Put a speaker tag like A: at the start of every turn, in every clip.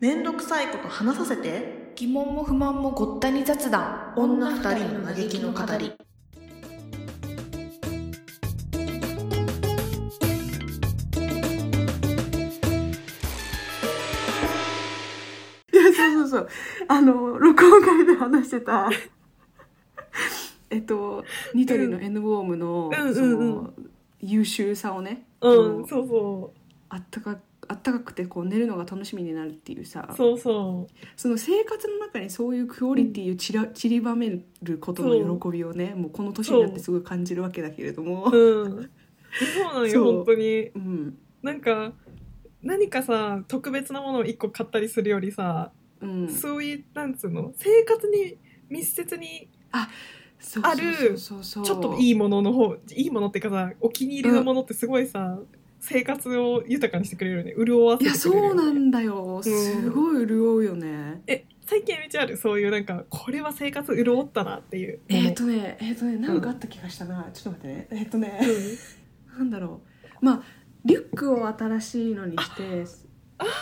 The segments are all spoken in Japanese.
A: めんどくさいこと話させて
B: 疑問も不満もごったに雑談
A: 女二人の嘆きの語り
C: いや、そうそうそう。あの、録音会で話してた、えっと、ニトリの N ウォームの、
D: うんうん
C: そ
D: うん
C: の、優秀さをね、
D: うん、
C: その
D: そうそ
C: あったか、あったかくてこう寝るのが楽しみになるっていうさ
D: う。そうそ
C: その生活の中にそういうクオリティをちら散りばめることの喜びをねもうこの年になってすごい感じるわけだけれども
D: う。うん。そうなの
C: そ
D: よ、
C: う
D: 本当に。
C: うん
D: なんか、何かさ、特別なものを一個買ったりするよりさ、
C: うん
D: そういう、なんつうの、生活に密接に、
C: そう
D: ある
C: そうそう
D: ちょっと
C: い
D: いいものの方、いいものっていうかさ、お気に入りのものってすごいさ、生活を豊かにしてくれるよね。潤わせ
C: い
D: て
C: や
D: くれる
C: そ
D: よ
C: う
D: ね
C: なんだよすごい潤うよね
D: え、最近めちゃあるそういうなんか、これは生活潤ったなっていうもの。
C: えっとねえっとねなんかあった気がしたなちょっと待ってねえっとね
D: うん
C: なんだろうまあリュックを新しいのにして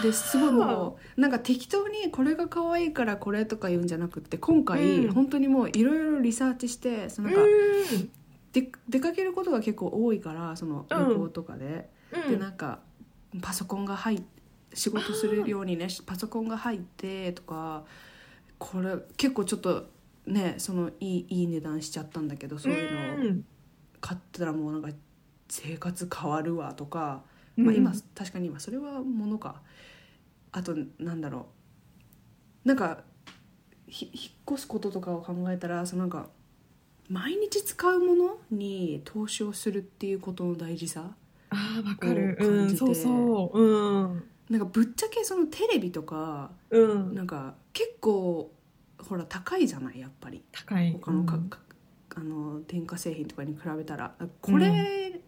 C: ですごいもうなんか適当にこれが可愛いからこれとか言うんじゃなくって今回
D: うん
C: 本当にもういろいろリサーチしてそのなんかで出かけることが結構多いからその
D: うん
C: 旅行とかで、
D: うん
C: でなんかパソコンが入っ仕事するようにねパソコンが入ってとかこれ結構ちょっとねそのいいいい値段しちゃったんだけどそういうのを
D: ん
C: 買ったらもうなんか生活変わるわとか、まあ、今、
D: うん
C: 確かに今それはものかあとなんだろうなんかひ引っ越すこととかを考えたらそのなんか毎日使うものに投資をするっていうことの大事さ
D: あーわかる、
C: を
D: う
C: 感じて
D: ん、そうそううん
C: なんかぶっちゃけそのテレビとか
D: うん
C: なんか結構ほら高いじゃないやっぱり
D: 高い
C: 他のか、
D: うん
C: かあの電化製品とかに比べたらこれ、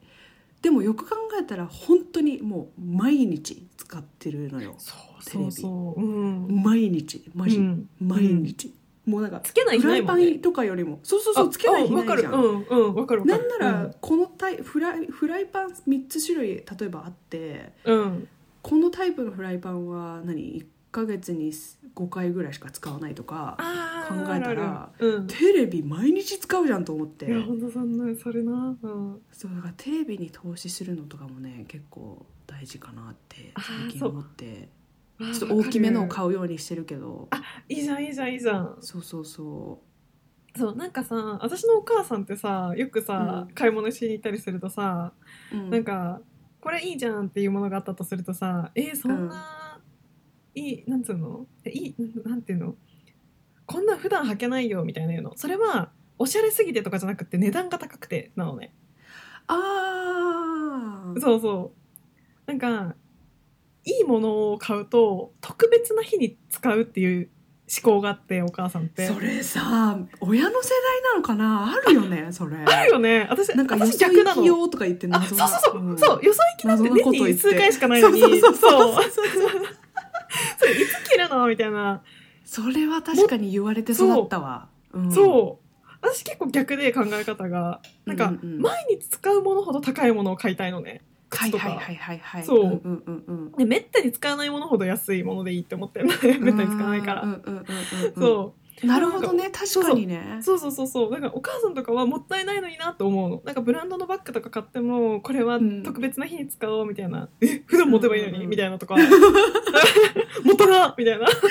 C: でもよく考えたら本当にもう毎日使ってるのよ
D: そう
C: テレ
D: そ
C: ビ
D: うそううん
C: 毎日マジ、
D: うん
C: 毎日、もうなんか
D: つけない
C: フ
D: 日
C: ラ
D: ない
C: イ
D: も
C: パ
D: ん、ね、
C: ンとかよりもそうそうそうつけない日ないじゃ
D: あわ
C: ん
D: かるうんうんわかるわか
C: な
D: る
C: んならこのタイフライフライパン3つ種類例えばあって
D: うん、うん
C: このタイプのフライパンは何1ヶ月に5回ぐらいしか使わないとか
D: あー
C: 考えたら
D: あるあるうん
C: テレビ毎日使うじゃんと思って
D: いや本当そんなそれな、うん、
C: そうだからテレビに投資するのとかもね結構大事かなって
D: あー
C: 最近
D: そう
C: 思って
D: あー
C: ちょっと大きめのを
D: わか
C: 買うようにしてるけど
D: るいいじゃんいいじゃんいいじゃん
C: そうそうそ
D: そうなんかさ私のお母さんってさよくさ、
C: う
D: 買い物しに行ったりするとさ
C: う、うん、
D: なんかこれいいじゃんっていうものがあったとするとさえーそんな、いいなんつうのえいいなんなんていうのこんな普段履けないよみたいなのそれはおしゃれすぎてとかじゃなくて値段が高くてなのね
C: あー
D: そうそうなんかいいものを買うと特別な日に使うっていう思考があってお母さんって
C: それさ親の世代なのかなあるよねそれ
D: あるよね私
C: なんかよ
D: 私
C: そ
D: 逆な
C: 行
D: の
C: きようとか言って
D: あ
C: 謎
D: そう
C: な
D: そうそう、
C: ん
D: そうよそ行きなんて
C: 謎なこと言
D: 年
C: って
D: に数回しかないのに
C: そうそうそう
D: そう それいつ着るのみたいな、
C: それは確かに言われて育ったわうん
D: そう私結構逆で考え方がなんか、
C: うんうんうん
D: 毎日使うものほど高いものを買いたいのね
C: はい
D: 靴とか、
C: はいはいはいはい
D: そう
C: うんうんうんうん
D: でめったに使わないものほど安いものでいいって思ってるのでめったに使わないから、
C: うんうんうんうんうん
D: そう
C: なるほどね確かにね
D: うそうそうそうそうなんかお母さんとかはもったいないのになと思うのなんかブランドのバッグとか買ってもこれは特別な日に使おうみたいな、え普段持てばいいのに、
C: うんうん
D: みたいなとか 持ったなみたいな
C: 確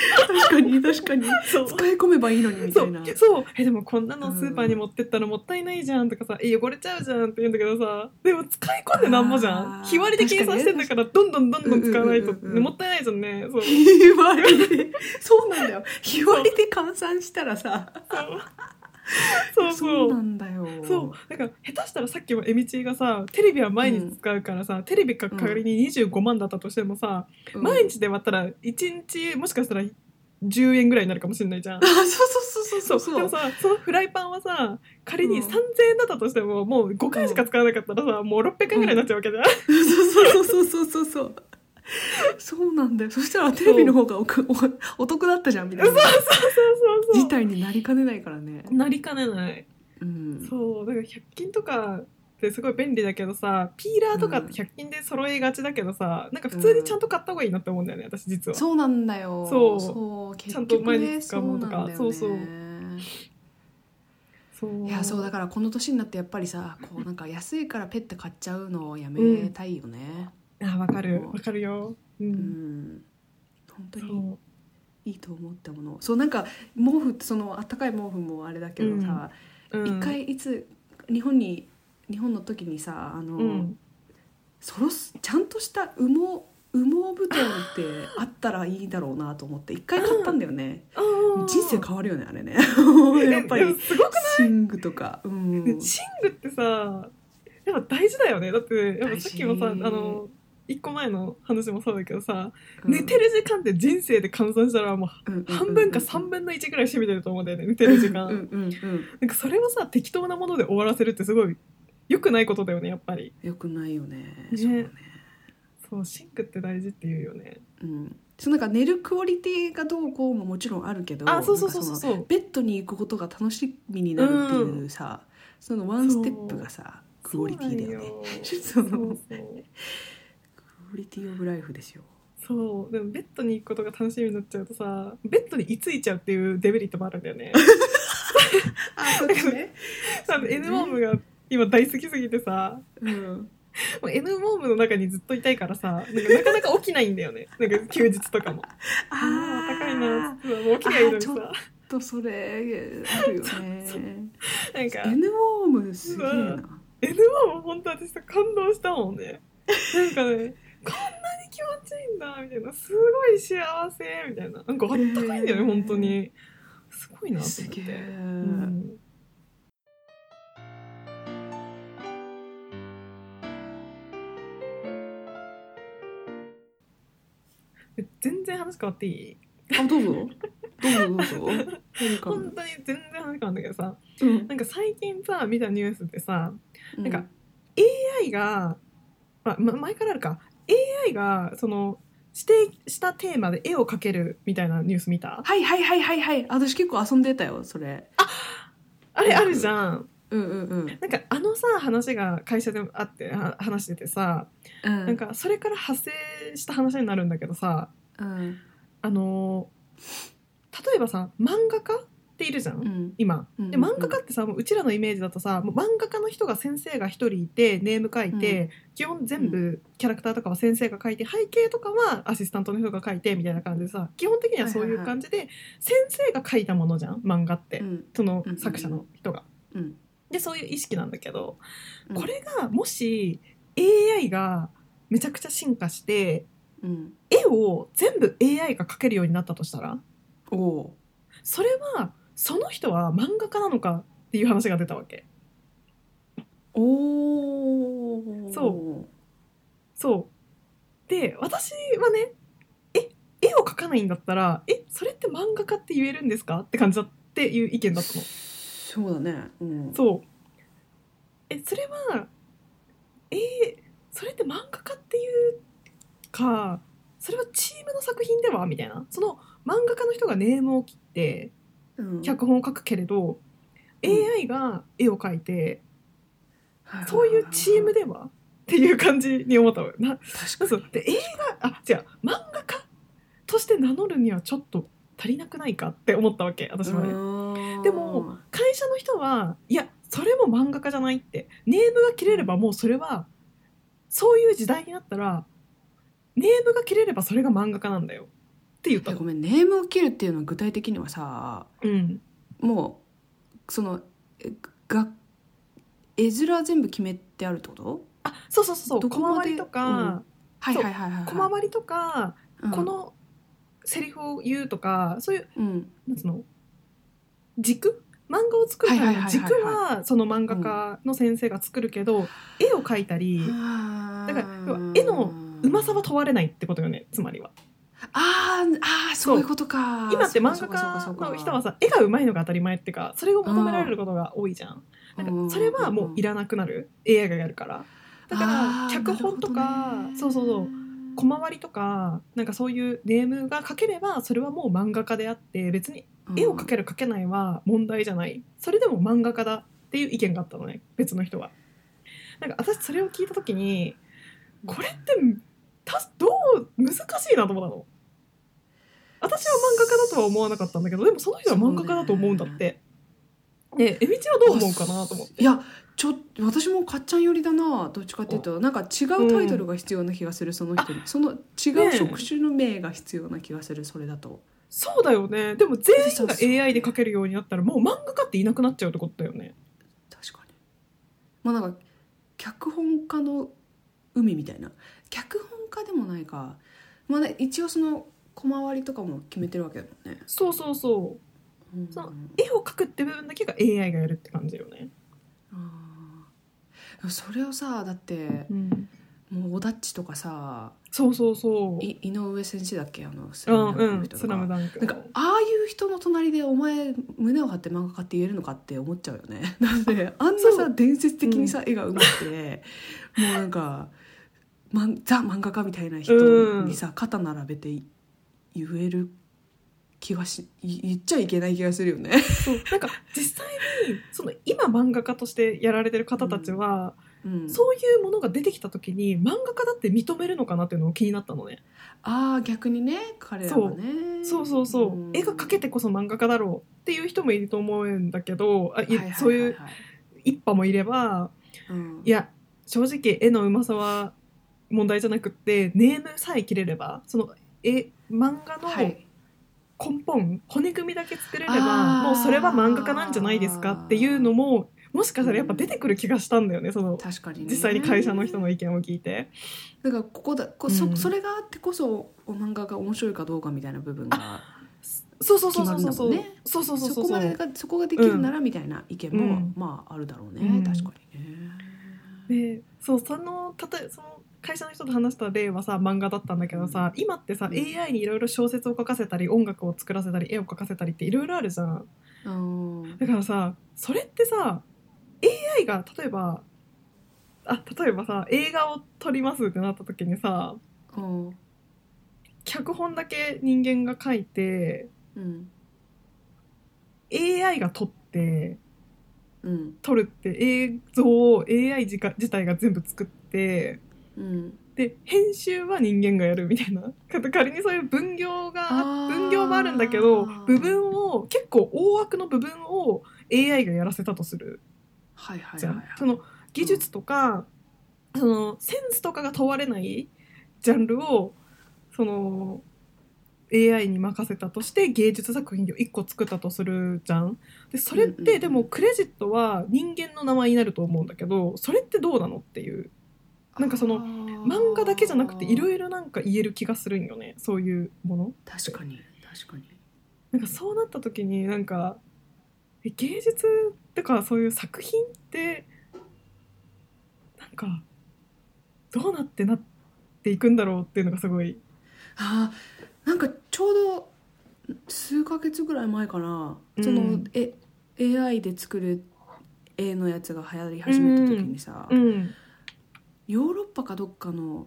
C: か に確かに
D: そう
C: 使い込めばいいのにみた
D: そ
C: いうな
D: そうえでもこんなのスーパーに持ってったらもったいないじゃんとかさ、え汚れちゃうじゃんって言うんだけどさでも使い込んでなんぼじゃ
C: あ
D: ん
C: ー
D: 日割りで計算してんだからどんどんどんどん使わないと、
C: うんうんうんうん
D: もったいないじゃんねそうそう
C: 日割りで そうなんだよ日割りで換算したらさ
D: そう
C: そ
D: そうう
C: なんだよ
D: そうなんか下手したらさっきもえみちがさテレビは毎日使うからさ、テレビが代わりに25万だったとしてもさ、
C: うん
D: 毎日で割ったら1日もしかしたら10円ぐらいになるかもしれないじゃん
C: あそうそうそうそう
D: で
C: そう
D: もさそのフライパンはさ仮
C: う
D: に
C: ん
D: 3000円だったとしても、もう5回しか使わなかったらさ、もう600円ぐらいになっちゃうわけじゃん、
C: そうそうそうそうそうそうそうなんだよそしたらテレビの方がおくおお得だったじゃんみたいな
D: そうそう
C: 事態になりかねないからね
D: なりかねない、
C: うん
D: そうだから100均とかっってすごい便利だけどさピーラーとかって100均で揃えがちだけどさ、なんか普通にちゃんと買った方がいいなって思うんだよね私実は。
C: そうなんだよ
D: そう
C: そう
D: ち
C: 結
D: ゃんと
C: 局
D: 前
C: ね
D: に使
C: そう
D: も
C: うな
D: のと
C: ん
D: か
C: だよね
D: そうそうそう
C: い
D: い
C: やそうだからこの年になってやっぱりさこうなんか安いからペッて買っちゃうのをやめたいよね
D: あわかるわかるよ。う
C: うん、
D: ん、
C: 本当
D: そ
C: に
D: う
C: いいと思ったものそうなんか毛布ってそのあったかい毛布もあれだけどさ
D: うん
C: 一、回いつ日本に日本の時にさあの、
D: うん、
C: そろすちゃんとした羽毛羽毛布団ってあったらいいだろうなと思って一回買ったんだよね、人生変わるよねあれ ねやっぱ
D: でも
C: り
D: すごく
C: 寝具とか、うん、
D: シングってさやっぱ大事だよねだってやっぱさっきもさあ
C: 大事
D: の一個前の話もそうだけどさ、寝てる時間って人生で換算したらもう半分か3分の1ぐらい占めてると思うんだよね寝てる時間、
C: うんうんうん
D: なんかそれをさ適当なもので終わらせるってすごい良くないことだよねやっぱり
C: よくないよね
D: ね
C: そうね、
D: そうシンクって大事って言うよね
C: うん、そのなんか寝るクオリティがどうこうももちろんあるけど
D: あそうそうそうそう
C: なんか
D: そう
C: ベッドに行くことが楽しみになるっていうさ、そのワンステップがさクオリティだよね
D: そうなんよそうそう
C: クオリティオブライフですよ
D: そうでもベッドに行くことが楽しみになっちゃうとさベッドに居ついちゃうっていうデメリットもあるんだよね
C: あそうですね、
D: あの N モームが今大好きすぎてさ
C: うん、
D: もう N モームの中にずっといたいからさなんかなかなか起きないんだよねなんか休日とかも
C: あ
D: ああ高いな
C: ち
D: うわもう起きないのにさ
C: あーちょょっとそれあるよね
D: なんか
C: N ウォームすげえ
D: う
C: な
D: N1 も本当私さ感動したもんねなんかねこんなに気持ちいいんだみたいなすごい幸せみたいななんかあったかいんだよね、
C: へー
D: 本当にすごいなと
C: す
D: 思っ
C: げ
D: て
C: え、、
D: うん、え全然話変わっていい
C: あどうぞどうぞどうぞ何か
D: 本当に全然話変わるんだけどさ
C: うん
D: なんか最近さ見たニュースでさ
C: うん
D: なんか AI が、まあ、ま前からあるか AI がその指定したテーマで絵を描けるみたいなニュース見た
C: はいはいはいはいはい私結構遊んでたよそれ
D: あれあるじゃん
C: うんうんうん
D: なんかあのさ話が会社であっては話しててさ、
C: うん
D: なんかそれから派生した話になるんだけどさ
C: うん
D: あのー例えばさ漫画家っているじゃん、
C: うん
D: 今
C: うん
D: で漫画家ってさもううちらのイメージだとさもう漫画家の人が先生が一人いてネーム書いて、基本全部キャラクターとかは先生が書いて背景とかはアシスタントの人が書いてみたいな感じでさ基本的にはそういう感じで先生が書いたものじゃん漫画って、
C: うん
D: その
C: うんうん
D: 作者の人が。
C: うん
D: でそういう意識なんだけど、
C: うん
D: これがもし AI がめちゃくちゃ進化して
C: うん
D: 絵を全部 AI が描けるようになったとしたら
C: おお
D: それはその人は漫画家なのかっていう話が出たわけ。
C: ーおー
D: そそうで私はねえ絵を描かないんだったらえそれって漫画家って言えるんですかって感じだっていう意見だったの
C: そうだねうん
D: そうえそれはえーそれって漫画家っていうかそれはチームの作品ではみたいなその漫画家の人がネームを切って
C: うん
D: 脚本を書くけれど、
C: うん
D: AI が絵を描いて、
C: はいはいはい
D: そういうチームではっていう感じに思ったわよなそう
C: 確
D: そ
C: か
D: うで映画あ違う漫画家として名乗るにはちょっと足りなくないかって思ったわけ私
C: に
D: はね、
C: うん
D: でも会社の人はいやそれも漫画家じゃないってネームが切れればもうそれはそういう時代になったらネームが切れればそれが漫画家なんだよって言っ
C: い
D: た
C: や
D: の
C: ごめんネームを切るっていうのは具体的にはさ
D: うん
C: もうそのえが絵面全部決めてあるってこと
D: あそうそうそうそう
C: どこまで
D: 小回りとか、
C: はいはいはいはい、はい、
D: 小回りとか、
C: うん
D: こ、のセリフを言うとかそういう
C: うん、
D: なんつうの軸漫画を作るための軸
C: はいはいはい
D: はその漫画家の先生が作るけど、絵を描いたり
C: だ
D: だから要は絵のうまさは問われないってことよねつまりは
C: あーあーそういうことか
D: 今って漫
C: そうかそうかそ
D: 画
C: うか
D: 家の人はさ絵がうまいのが当たり前っていうかそれを求められることが多いじゃんなんかそれはもういらなくなる AI がやるからだから
C: あー
D: 脚本と
C: なる
D: か、
C: ほどね
D: そうそうそう小回りとかなんかそういうネームが描ければそれはもう漫画家であって別に絵を描ける描けないは問題じゃないそれでも漫画家だっていう意見があったのね別の人はなんか私それを聞いた時にこれってたどう難しいなと思ったの私は漫画家だとは思わなかったんだけどでもその人は漫画家だと思うんだってねえみちはどう思うかなと思って
C: いやちょ私もかっちゃん寄りだなどっちかっていうとなんか違うタイトルが必要な気がする、その人にその違う
D: ねえ
C: 職種の名が必要な気がするそれだと
D: そうだよねでも全
C: そうそう
D: 員が AI で描けるようになったらもう漫画家っていなくなっちゃうってことだよね
C: 確かにまあなんか脚本家の海みたいな脚本家でもないかまあ、ね、一応その小回りとかも決めてるわけだもんね、
D: そうそうそう
C: うん
D: そう絵を描くって部分だけが AI がやるって感じだよね
C: あーでもそれをさだって
D: うん
C: もうオダッチとかさ
D: そうそうそう
C: い井上先生だっけあのス
D: うん
C: ムダンク
D: う
C: の
D: ん
C: 人
D: ス
C: と
D: ラ
C: か
D: ムダンク
C: なんかああいう人の隣でお前胸を張って漫画家って言えるのかって思っちゃうよね。 だってあんな
D: そ
C: さ伝説的にさ、絵がうまくてもうなんか、ま、ザ漫画家みたいな人にさ肩並べて言える気がしい言っちゃいけない気がするよね。
D: そうなんか実際にその今漫画家としてやられてる方たちは、
C: うん、
D: そういうものが出てきた時に漫画家だって認めるのかなっていうのを気になったのね、
C: ああ逆にね彼らはね。
D: そうそうそう、
C: ん
D: 絵が描けてこそ漫画家だろうっていう人もいると思うんだけどあい
C: はいははは
D: そういう一派もいれば
C: うん
D: いや正直絵のうまさは問題じゃなくってネームさえ切れればその絵漫画の
C: はい
D: 根本骨組みだけ作れれば
C: あー
D: もうそれは漫画家なんじゃないですかっていうのももしかしたらやっぱ出てくる気がしたんだよねその
C: 確かにね
D: 実際に会社の人の意見を聞いて。
C: だからここだこそ,、
D: うん
C: それがあってこそお漫画が面白いかどうかみたいな部分が
D: そうそうそうそうそうそ
C: 決ま
D: う、
C: るんだもんね
D: そうそうそう
C: そ
D: そう
C: こまでがそこができるならみたいな意見も、
D: うん
C: まああるだろうね、
D: うん
C: 確かにね。
D: でそうそのたとえその会社の人と話した例はさ漫画だったんだけどさ今ってさ
C: うん
D: AI にいろいろ小説を書かせたり音楽を作らせたり絵を描かせたりっていろいろあるじゃん。
C: うん
D: だからさそれってさ AI が例えばあ例えばさ映画を撮りますってなった時にさ
C: うん
D: 脚本だけ人間が書いて
C: うん、
D: AI が撮って
C: うん
D: 撮るって映像を AI 自自体が全部作って
C: うん
D: で編集は人間がやるみたいな 仮にそういう分業が
C: あー
D: 分業もあるんだけど部分を結構大枠の部分を AI がやらせたとする
C: はいはい
D: じゃ
C: は
D: ん、
C: いはい。
D: その技術とか、そのセンスとかが問われないジャンルをその AI に任せたとして芸術作品を1個作ったとするじゃん。でそれっ
C: うんうんう
D: て
C: ん
D: でもクレジットは人間の名前になると思うんだけどそれってどうなのっていうなんかその漫画だけじゃなくていろ
C: いろ
D: いろなんか言える気がするんよねそういうもの。
C: 確かに確かに。
D: なんかそうなった時になんかえ芸術とかそういう作品ってなんかどうなってなっていくんだろうっていうのがすごい
C: あーなんかちょうど数ヶ月ぐらい前かな、
D: うん
C: そのえ AI で作る絵のやつが流行り始めた時にさ、
D: ん
C: ヨーロッパかどっかの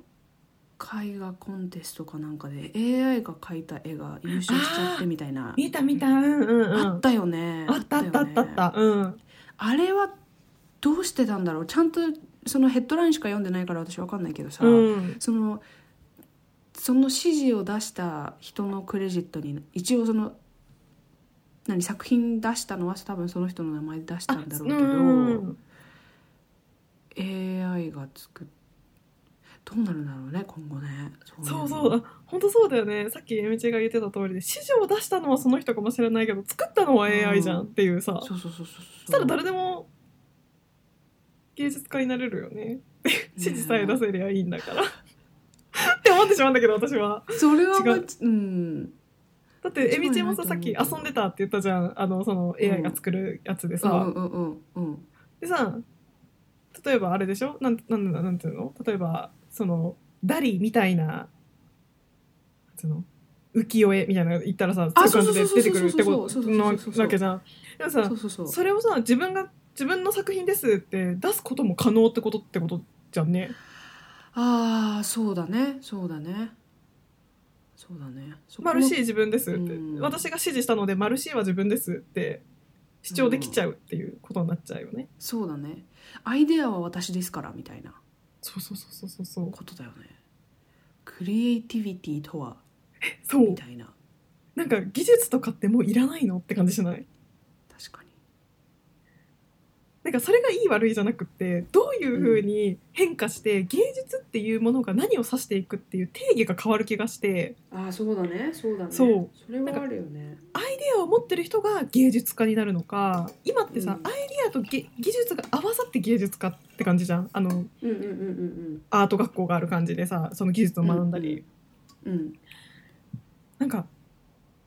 C: 絵画コンテストかなんかで AI が描いた絵が優勝しちゃってみたいな
D: 見た見たうんうんう
C: あっ
D: ん
C: たよね
D: あったあったあったあ
C: よ
D: っ
C: ね
D: たうん
C: あれはどうしてたんだろうちゃんとそのヘッドラインしか読んでないから私わかんないけどさ、
D: うん
C: そのその指示を出した人のクレジットに一応その何作品出したのは多分その人の名前で出したんだろうけど、
D: うん、
C: AI が作っどうなるんだろうね今後ね
D: そうそう
C: う
D: あ本当そうだよねさっきえみちが言ってた通りで指示を出したのはその人かもしれないけど作ったのは AI じゃんっていうさ、
C: そうそうそうそうそう
D: そしたら誰でも芸術家になれるよね指示さえ出せりゃいいんだからって思ってしまうんだけど私は
C: それは
D: 違う
C: う、ん、
D: だってえみちもさ
C: 間違いないと思う
D: さっき遊んでたって言ったじゃんあのその AI が作るやつで
C: う
D: さ、
C: んうんうんうん
D: でさ例えばあれでしょなんなんなんなんていうの例えばそのダリみたいななんていうの浮世絵みたいなの言ったらさ
C: あ
D: そういう感じで出てくるってこ
C: そうそう
D: と
C: そうそうそうそうそうそうそうそう
D: なわけじゃん。でもさ
C: そうそうそう
D: それをさ自分が自分の作品ですって出すことも可能ってことってことじゃんね
C: ああそうだねそうだねそうだね
D: 「マルシー
C: ー
D: 自分です」って
C: うん
D: 私が指示したので「マルシーは自分です」って主張できちゃうっていうことになっちゃうよね。
C: そうだねアイデアは私ですからみたいな
D: そうそうそうそうそうそう。
C: ことだよねクリエイティビティとは
D: そ
C: み
D: う
C: たいな
D: なんか技術とかってもういらないのって感じしない
C: 確かに
D: なんかそれがいい悪いじゃなくってどういうふうに変化して芸術っていうものが何を指していくっていう定義が変わる気がして
C: ああそうだねそうだね
D: そう
C: れは
D: なんか
C: あるよね
D: アイデアを持ってる人が芸術家になるのか今ってさ、
C: うん
D: アイデアとげ技術が合わさって芸術家って感じじゃんあの
C: うんうんうんうん
D: アート学校がある感じでさその技術を学んだり、
C: うんうん
D: なんか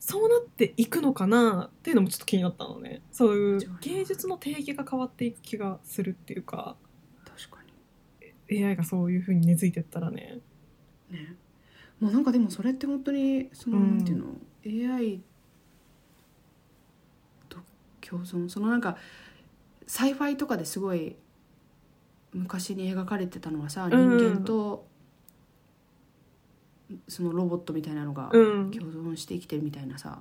D: そうなっていくのかなっていうのもちょっと気になったのねそういう芸術の定義が変わっていく気がするっていうか
C: 確かに
D: AI がそういうふうに根付いてったらね
C: ねまあなんかでもそれって本当にその、
D: うん
C: なんていうの AI と共存そのなんかサイファイとかですごい昔に描かれてたのはさ、
D: ん
C: 人間とそのロボットみたいなのが
D: うん、
C: 共存して生きてるみたいなさ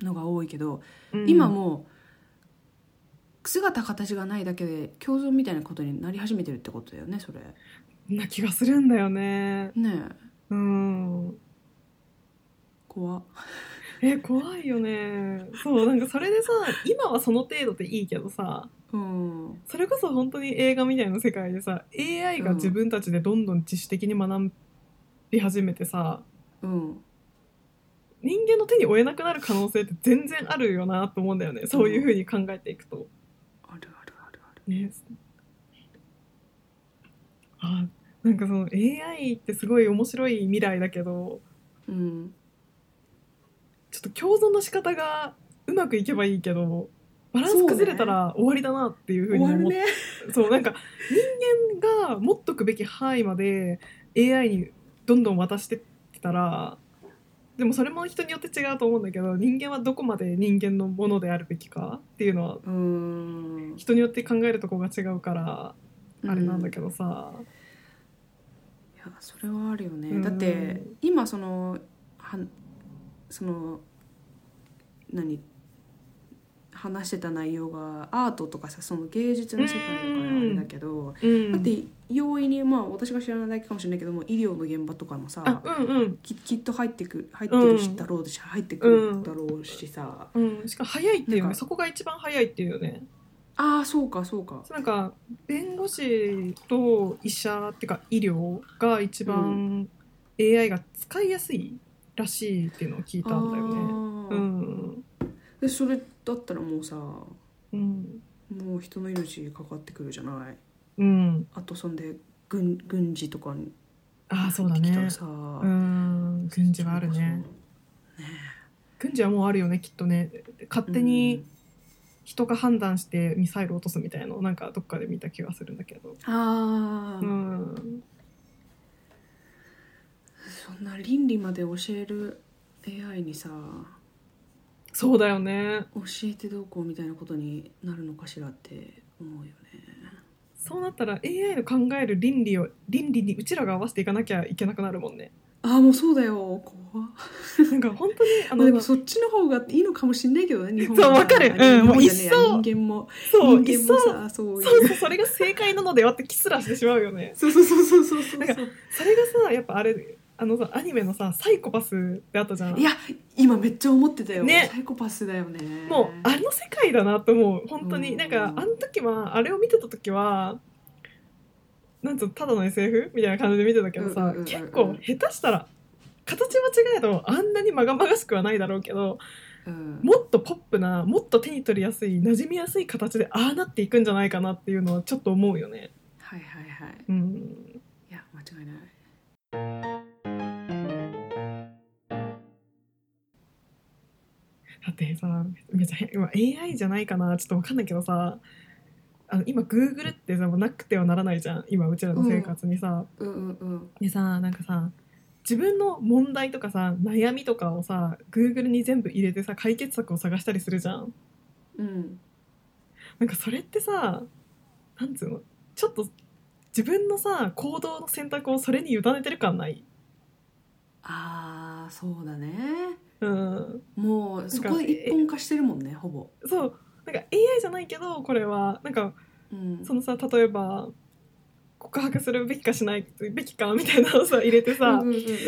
C: のが多いけど、
D: うん
C: 今もう姿形がないだけで共存みたいなことになり始めてるってことだよねそれね
D: な気がするんだよね
C: え
D: うん
C: 怖っ
D: え怖いよねそうなんかそれでさ今はその程度でいいけどさ
C: うん
D: それこそ本当に映画みたいな世界でさ AI が自分たちでどんどん自主的に学び始めてさ
C: うん
D: 人間の手に負えなくなる可能性って全然あるよなと思うんだよねそういうふうに考えていくと。
C: あるあるあるある
D: ねあなんかその AI ってすごい面白い未来だけど
C: うん
D: ちょっと共存の仕方がうまくいけばいいけどバランス崩れたら終わりだなっていうふうに思って
C: ね
D: そうなんか人間が持っとくべき範囲まで AI にどんどん渡してってたらでもそれも人によって違うと思うんだけど人間はどこまで人間のものであるべきかっていうのは
C: うん
D: 人によって考えるとこが違うからあれなんだけどさ、
C: いやそれはあるよね、
D: うん
C: だって今そのはその何話してた内容がアートとかさその芸術の世界だからあれだけど、
D: うん、
C: だって容易にまあ私が知らないだけかもしれないけども医療の現場とかもさ
D: あうんうん
C: ききっと入ってく入ってる
D: うん
C: しだろうし、入ってくるだろうしさ、
D: うん、しかも早いっていうよ
C: なん
D: ね
C: か
D: そこが一番早いっていうよね
C: ああそうかそうか
D: なんか弁護士と医者っていうか医療が一番 AI が使いやすいらしいっていうのを聞いたんだよね。
C: あ
D: う
C: ー
D: ん
C: でそれだったらもうさも
D: うん
C: う人の命かかってくるじゃない
D: うん、
C: あとそんで軍軍事とかに
D: ああそうだ
C: 入ってきた
D: ね
C: ら。さ、
D: うん軍事はあるね。軍事はもうあるよねきっとね。勝手に人が判断してミサイル落とすみたいなのなんかどっかで見た気がするんだけど。
C: ああ、
D: うん、
C: そんな倫理まで教える AI にさ
D: そうだよね。
C: 教えてどうこうみたいなことになるのかしらって思うよね
D: そうなったら AI の考える倫理を倫理にうちらが合わせていかなきゃいけなくなるもんね。
C: ああもうそうだよ怖っ
D: なんか本当に
C: ま
D: あ
C: あ
D: の
C: でもそっちの方がいいのかもしれないけどね日本
D: そう
C: は
D: わかる
C: 日本
D: うんもう
C: じゃねえや
D: 一層
C: 人間も
D: そう一
C: 人
D: 層
C: 間も
D: そう
C: さそう
D: そ
C: いう
D: うそれが正解なのではってキスらしてしまうよね。
C: そうそうそうそうそうそう
D: なん それがさやっぱあれあのさアニメのさサイコパスってあったじゃん。
C: いや今めっちゃ思ってたよ、
D: ね
C: サイコパスだよね
D: もうあの世界だなと思う本当
C: う
D: に
C: ん
D: なんかあの時はあれを見てた時はなんつうのただの SF みたいな感じで見てたけど
C: うんうん
D: さ
C: うんうん
D: 結構下手したら形は違えどあんなにまがまがしくはないだろうけど
C: うん
D: もっとポップなもっと手に取りやすい馴染みやすい形でああなっていくんじゃないかなっていうのはちょっと思うよね。
C: はいはいはい
D: うん、
C: いや間違いない
D: だってさめっちゃ変今 AI じゃないかなちょっと分かんないけどさあの今 Google ってさもうなくてはならないじゃん今うちらの生活にさ。
C: うんうんうん
D: でさなんかさ自分の問題とかさ悩みとかをさ Google に全部入れてさ解決策を探したりするじゃん
C: うん
D: なんかそれってさなんつうのちょっと自分のさ行動の選択をそれに委ねてる感ない
C: ああそうだね
D: うん
C: もうそこ
D: なんか
C: で一本化してるもんねほぼ
D: そうなんか AI じゃないけどこれはなんか
C: うん
D: そのさ例えば告白するべきかしないべきかみたいなのをさ入れてさ、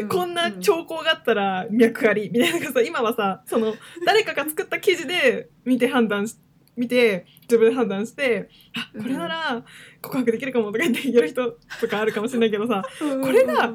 D: こんな兆候があったら脈ありみたいなのがさ今はさその誰かが作った記事で見て判断し見て自分で判断してあこれなら告白できるかもとか言ってやる人とかあるかもしれないけどさこれが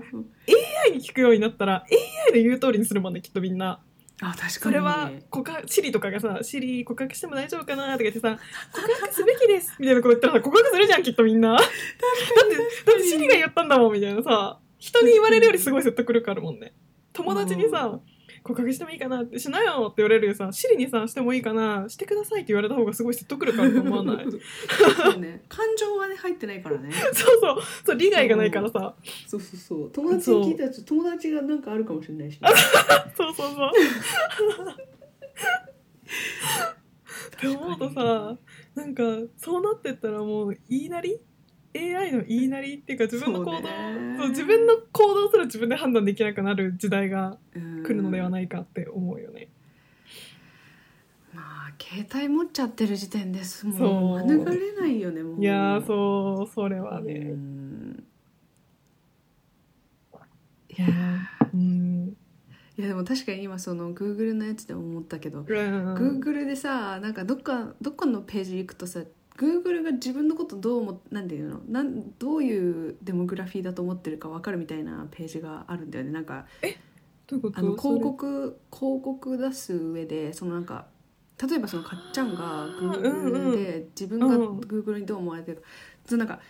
D: AI に聞くようになったら AI で言う通りにするもんねきっとみんな
C: あ確かに
D: それは告白シリとかがさ「シリ告白しても大丈夫かな?」とか言ってさ「告白すべきです」みたいなこと言ったらさ告白するじゃんきっとみんなだってだってシリが言ったんだもんみたいなさ人に言われるよりすごい説得力あるもんね友達にさ告白してもいいかなってしなよって言われるよりさシリにさしてもいいかなしてくださいって言われた方がすごい説得力あると思わ ない
C: そう ね感情はね入ってないからね
D: そうそうそう利害がないからさ
C: そうそうそう友達に聞いたらちょっと友達がなんかあるかもしれないしね、
D: そうそうそう。って思うとさなんかそうなってったらもう言いなり AI の言いなりっていうか自分の行動
C: そうね
D: そう自分の行動すら自分で判断できなくなる時代が
C: うん
D: 来るのではないかって思うよね。
C: まあ携帯持っちゃってる時点ですも
D: そうう
C: 免れないよねもう
D: い
C: い
D: やーそうそれは
C: う
D: ね。
C: ん
D: いやーうん。
C: いやでも確かに今その Google のやつでも思ったけど、
D: うん。
C: Google でさなんかどっかどっかのページ行くとさ Google が自分のことどうもなんていうのなんどういうデモグラフィーだと思ってるかわかるみたいなページがあるんだよねなんか
D: どういうこと
C: あの広告広告出す上でそのなんか例えばそのかっちゃんが
D: あー
C: Google
D: う
C: で自分が
D: うん
C: Google にどう思われてるか、そのなんか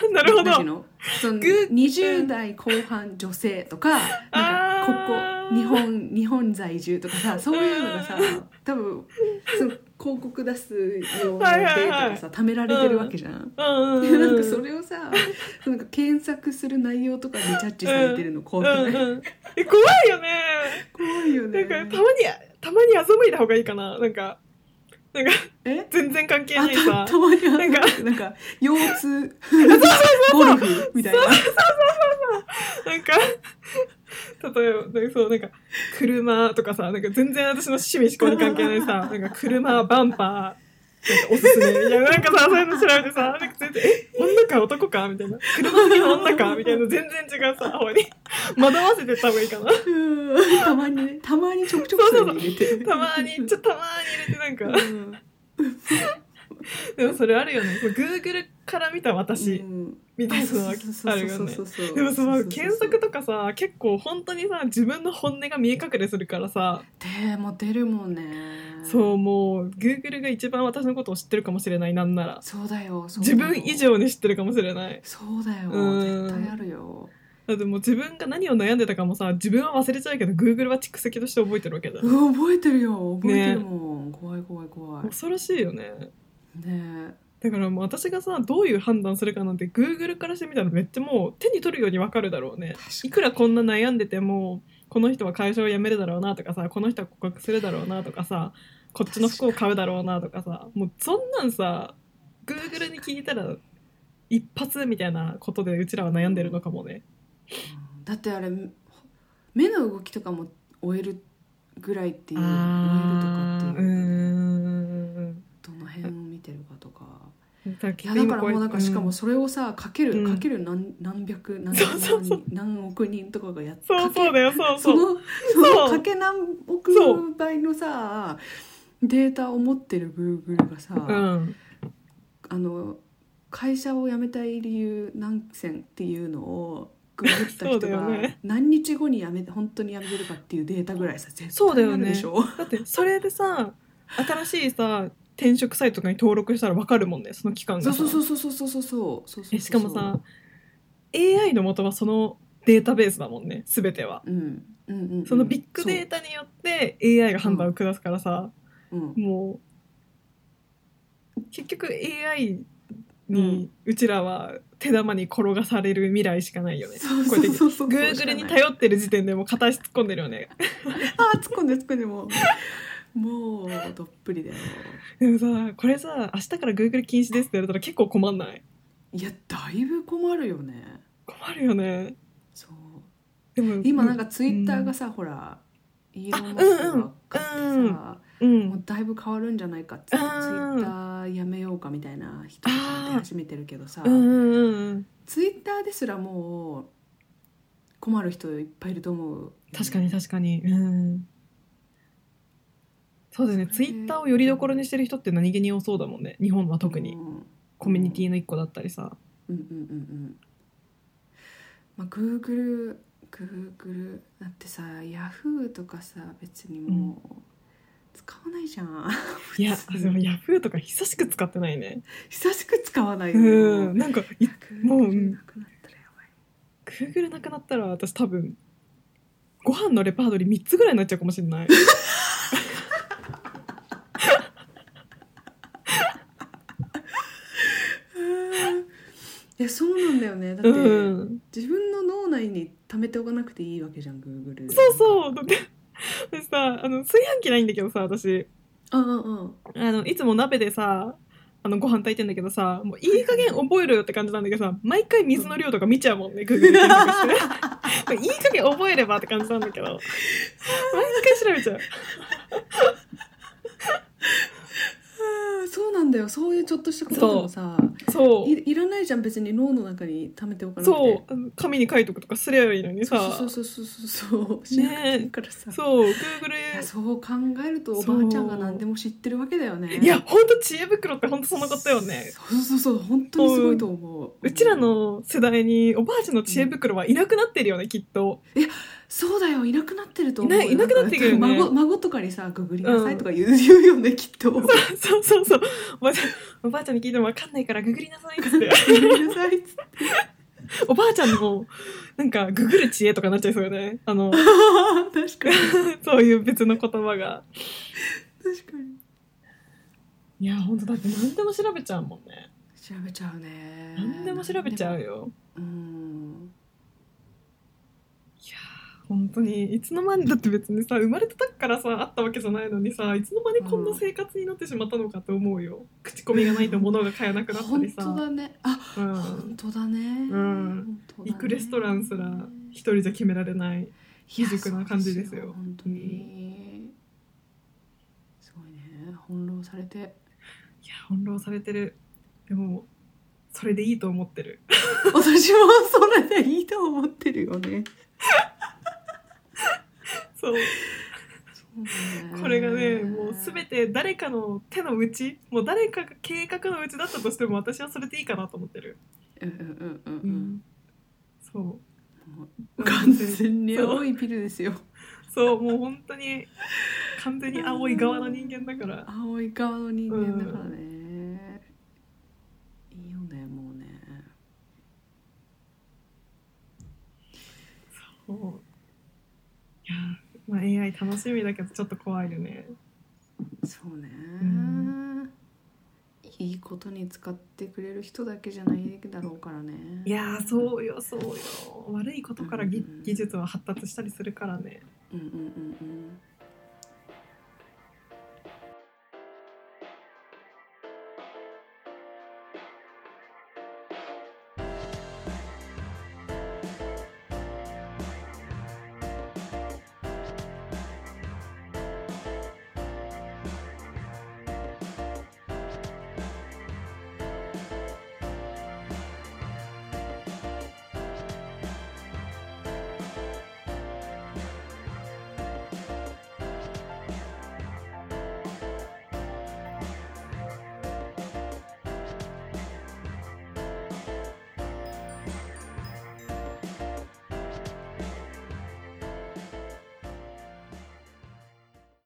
D: それなるほ
C: なんていう
D: ど。
C: のその
D: グー
C: 20代後半女性とかなんか
D: あー
C: ここ日本日本在住とかさそういうのがさ
D: うん
C: 多分その広告出すような
D: は
C: デ
D: い
C: ー
D: はいはい
C: タがさ貯められてるわけじゃん。
D: うんうん
C: で
D: うん。
C: なんかそれをさなんか検索する内容とかでジャッジされてるの怖
D: う
C: く
D: ん
C: ない
D: うん。え怖いよね。
C: 怖いよ
D: な
C: ね
D: んかたまにたまに欺いた方がいいかななんかなんか
C: え
D: 全然関係
C: あ
D: ないさ
C: たたまにあ
D: な
C: る
D: んか
C: なんか腰痛ゴルフみたいな
D: なんか例えばなんかそうなんか車とかさなんか全然私の趣味思考に関係ないさ なんか車バンパーなんかおすすめいやなんかさそういうの調べてさなんか全然え女か男かみたいな車好きの女かみたいな全然違うさ方に惑わせてった方がいいかな
C: うんたまにねたまにちょくちょくそれに入れてる
D: たまに ちょっとたまに入れてなんか
C: うん
D: でもそれあるよね Google から見た私、
C: うん
D: みたいなのはあるよねでもその検索とかさ結構本当にさ自分の本音が見え隠れするからさ、
C: でも出るもんね
D: そうもう Google が一番私のことを知ってるかもしれないなんなら
C: そうだよそうだ
D: 自
C: よ
D: 分以上に知ってるかもしれない
C: そうだよ
D: うん
C: 絶対あるよ
D: だってもう自分が何を悩んでたかもさ自分は忘れちゃうけど Google は蓄積として覚えてるわけだ、
C: うわ覚えてるよ覚えてるもん怖い怖い怖い
D: 恐ろしいよね
C: ね
D: だからもう私がさどういう判断するかなんて Google からしてみたらめっちゃもう手に取るようにわかるだろうねいくらこんな悩んでてもこの人は会社を辞めるだろうなとかさこの人は告白するだろうなとかさこっちの服を買うだろうなとかさもうそんなんさ Google に聞いたら一発みたいなことでうちらは悩んでるのかもね。
C: うんだってあれ目の動きとかも終えるぐらいっていう終えるとか
D: あ
C: っ
D: ー
C: てい
D: うー
C: うんどの辺を見てるかとか
D: だ
C: いやだからもうなんかしかも
D: そ
C: それをさかける、
D: うん
C: かける何何百何
D: そうそうそう
C: 何億人とかがやって
D: うそうだよそ
C: そ
D: うそう
C: のその
D: そう
C: かけ何億
D: そう
C: 倍のさデータを持ってるグーグルがさ、
D: うん
C: あの会社を辞めたい理由何選っていうのをググった
D: そ
C: 人
D: うだよ
C: が
D: ね
C: 何日後に辞めて本当に辞めてるかっていうデータぐらいさ絶
D: そうだ
C: 対あ
D: よ
C: る
D: ね
C: でしょ。
D: だってそれでさ新しいさ転職サイトとかに登録したらわかるもんねその期間が
C: そ
D: さ
C: うそうそうそうそうそうそうそうそうそう
D: えしかもさ AI の元はそのデータベースだもんね全ては
C: うん、うんうんうん、
D: そのビッグデータによって AI が判断を下すからさ、
C: そう、うん、
D: もう結局 AI にうちらは手玉に転がされる未来しかないよね、
C: そうそ
D: こ
C: うう
D: やって
C: そうそう
D: Google に
C: よ
D: 頼ってる時点でもう片足突っ込んでるよね
C: あー突っ込んで突っ込んでもうもうどっぷりだよ
D: でもさこれさ明日から Google 禁止ですって言われたら結構困んない
C: いやだいぶ困るよね
D: 困るよね
C: そう
D: でも
C: 今なんかツイッターがさ、ほらイーロン・マスクが買ってさ、
D: うん
C: もうだいぶ変わるんじゃないかってツイ
D: うん
C: ッターやめようかみたいな人が出始めてるけどさ、
D: うんうんうん
C: ツイッターですらもう困る人いっぱいいると思う
D: 確かに確かにうんそうですねツイッターをよりどころにしてる人って何気に多そうだもんね日本は特に
C: うん
D: コミュニティの一個だったりさ
C: うんうんうんうんまあグーグルグーグルだってさヤフーとかさ別にもう使わないじゃん
D: いやでもヤフーとか久しく使ってないね
C: 久しく使わないよ、
D: うんなんかい
C: いやグーグル
D: もう
C: なくなったらやばい
D: Google なくなったら私多分ご飯のレパートリー3つぐらいになっちゃうかもしれない
C: いやそうなんだよねだって、
D: うん
C: 自分の脳内に溜めておかなくていいわけじゃんグーグル
D: そう
C: う
D: そうだって私さあの炊飯器ないんだけどさ私
C: うんうんうん
D: あのいつも鍋でさあのご飯炊いてんだけどさもういい加減覚えろよって感じなんだけどさ毎回水の量とか見ちゃうもんね Google で検索して いい加減覚えればって感じなんだけど毎回調べちゃう
C: あーそうなんだよそういうちょっとしたことでもさ
D: そう
C: いいらないじゃん別に脳の中に溜めておかなくて
D: そうあの紙に書いとくとかすればいいのにさ
C: そうそうそうそうそう
D: ねえ
C: しなくていいからさ、
D: そう
C: い
D: Google
C: やそう考えるとおばあちゃんが何でも知ってるわけだよね
D: いやほんと知恵袋ってほんとそんなことよね
C: そうそうそう本当にすごいと思う
D: うちらの世代におばあちゃんの知恵袋はいなくなってるよねきっと
C: そうだよいなくなってると思う
D: いないいなくなってるよね
C: んか孫孫とかにさググりなさいとか言う,、言うよねきっとグ
D: そうそうそうおばあちゃんおばあちゃんに聞いても分かんないからググりなさいっつって
C: グりなさいっつって
D: おばあちゃんのなんかググる知恵とかなっちゃいそうよねあの
C: 確かに
D: そういう別の言葉が
C: 確かに
D: いや本当だって何でも調べちゃうもんね
C: 調べちゃうね
D: 何でも調べちゃうよ
C: うん
D: いやー本当にいつの間にだって別にさ生まれた時からさあったわけじゃないのにさいつの間にこんな生活になってしまったのかと思うよ口コミがないと物が買えなくなった
C: 本
D: りさ、
C: 当だねあ
D: う
C: 本
D: ん、
C: 当だね
D: ん
C: 本当だね
D: 行くレストランすら一人じゃ決められない
C: いや
D: 未熟な感じですよ
C: そう本当に、すごいね翻弄されて
D: いや翻弄されてるでもそれでいいと思っ てる
C: 私もそれでいいと思ってるよね
D: そうこれがねもう全て誰かの手の内もう誰かが計画のうちだったとしても私はそれでいいかなと思ってる、
C: うんうんうんうん
D: そ
C: うん
D: う
C: 完全に青いピルですよ
D: そうもう本当に完全に青い側の人間だから
C: 青い側の人間だからね、いいよねもうね
D: そういやまあ AI 楽しみだけどちょっと怖いよね
C: そうね、
D: ん
C: いいことに使ってくれる人だけじゃないだろうからね
D: いやーそうよそうよ悪いことからぎ
C: うん
D: 技術は発達したりするからね
C: うんうんうんうん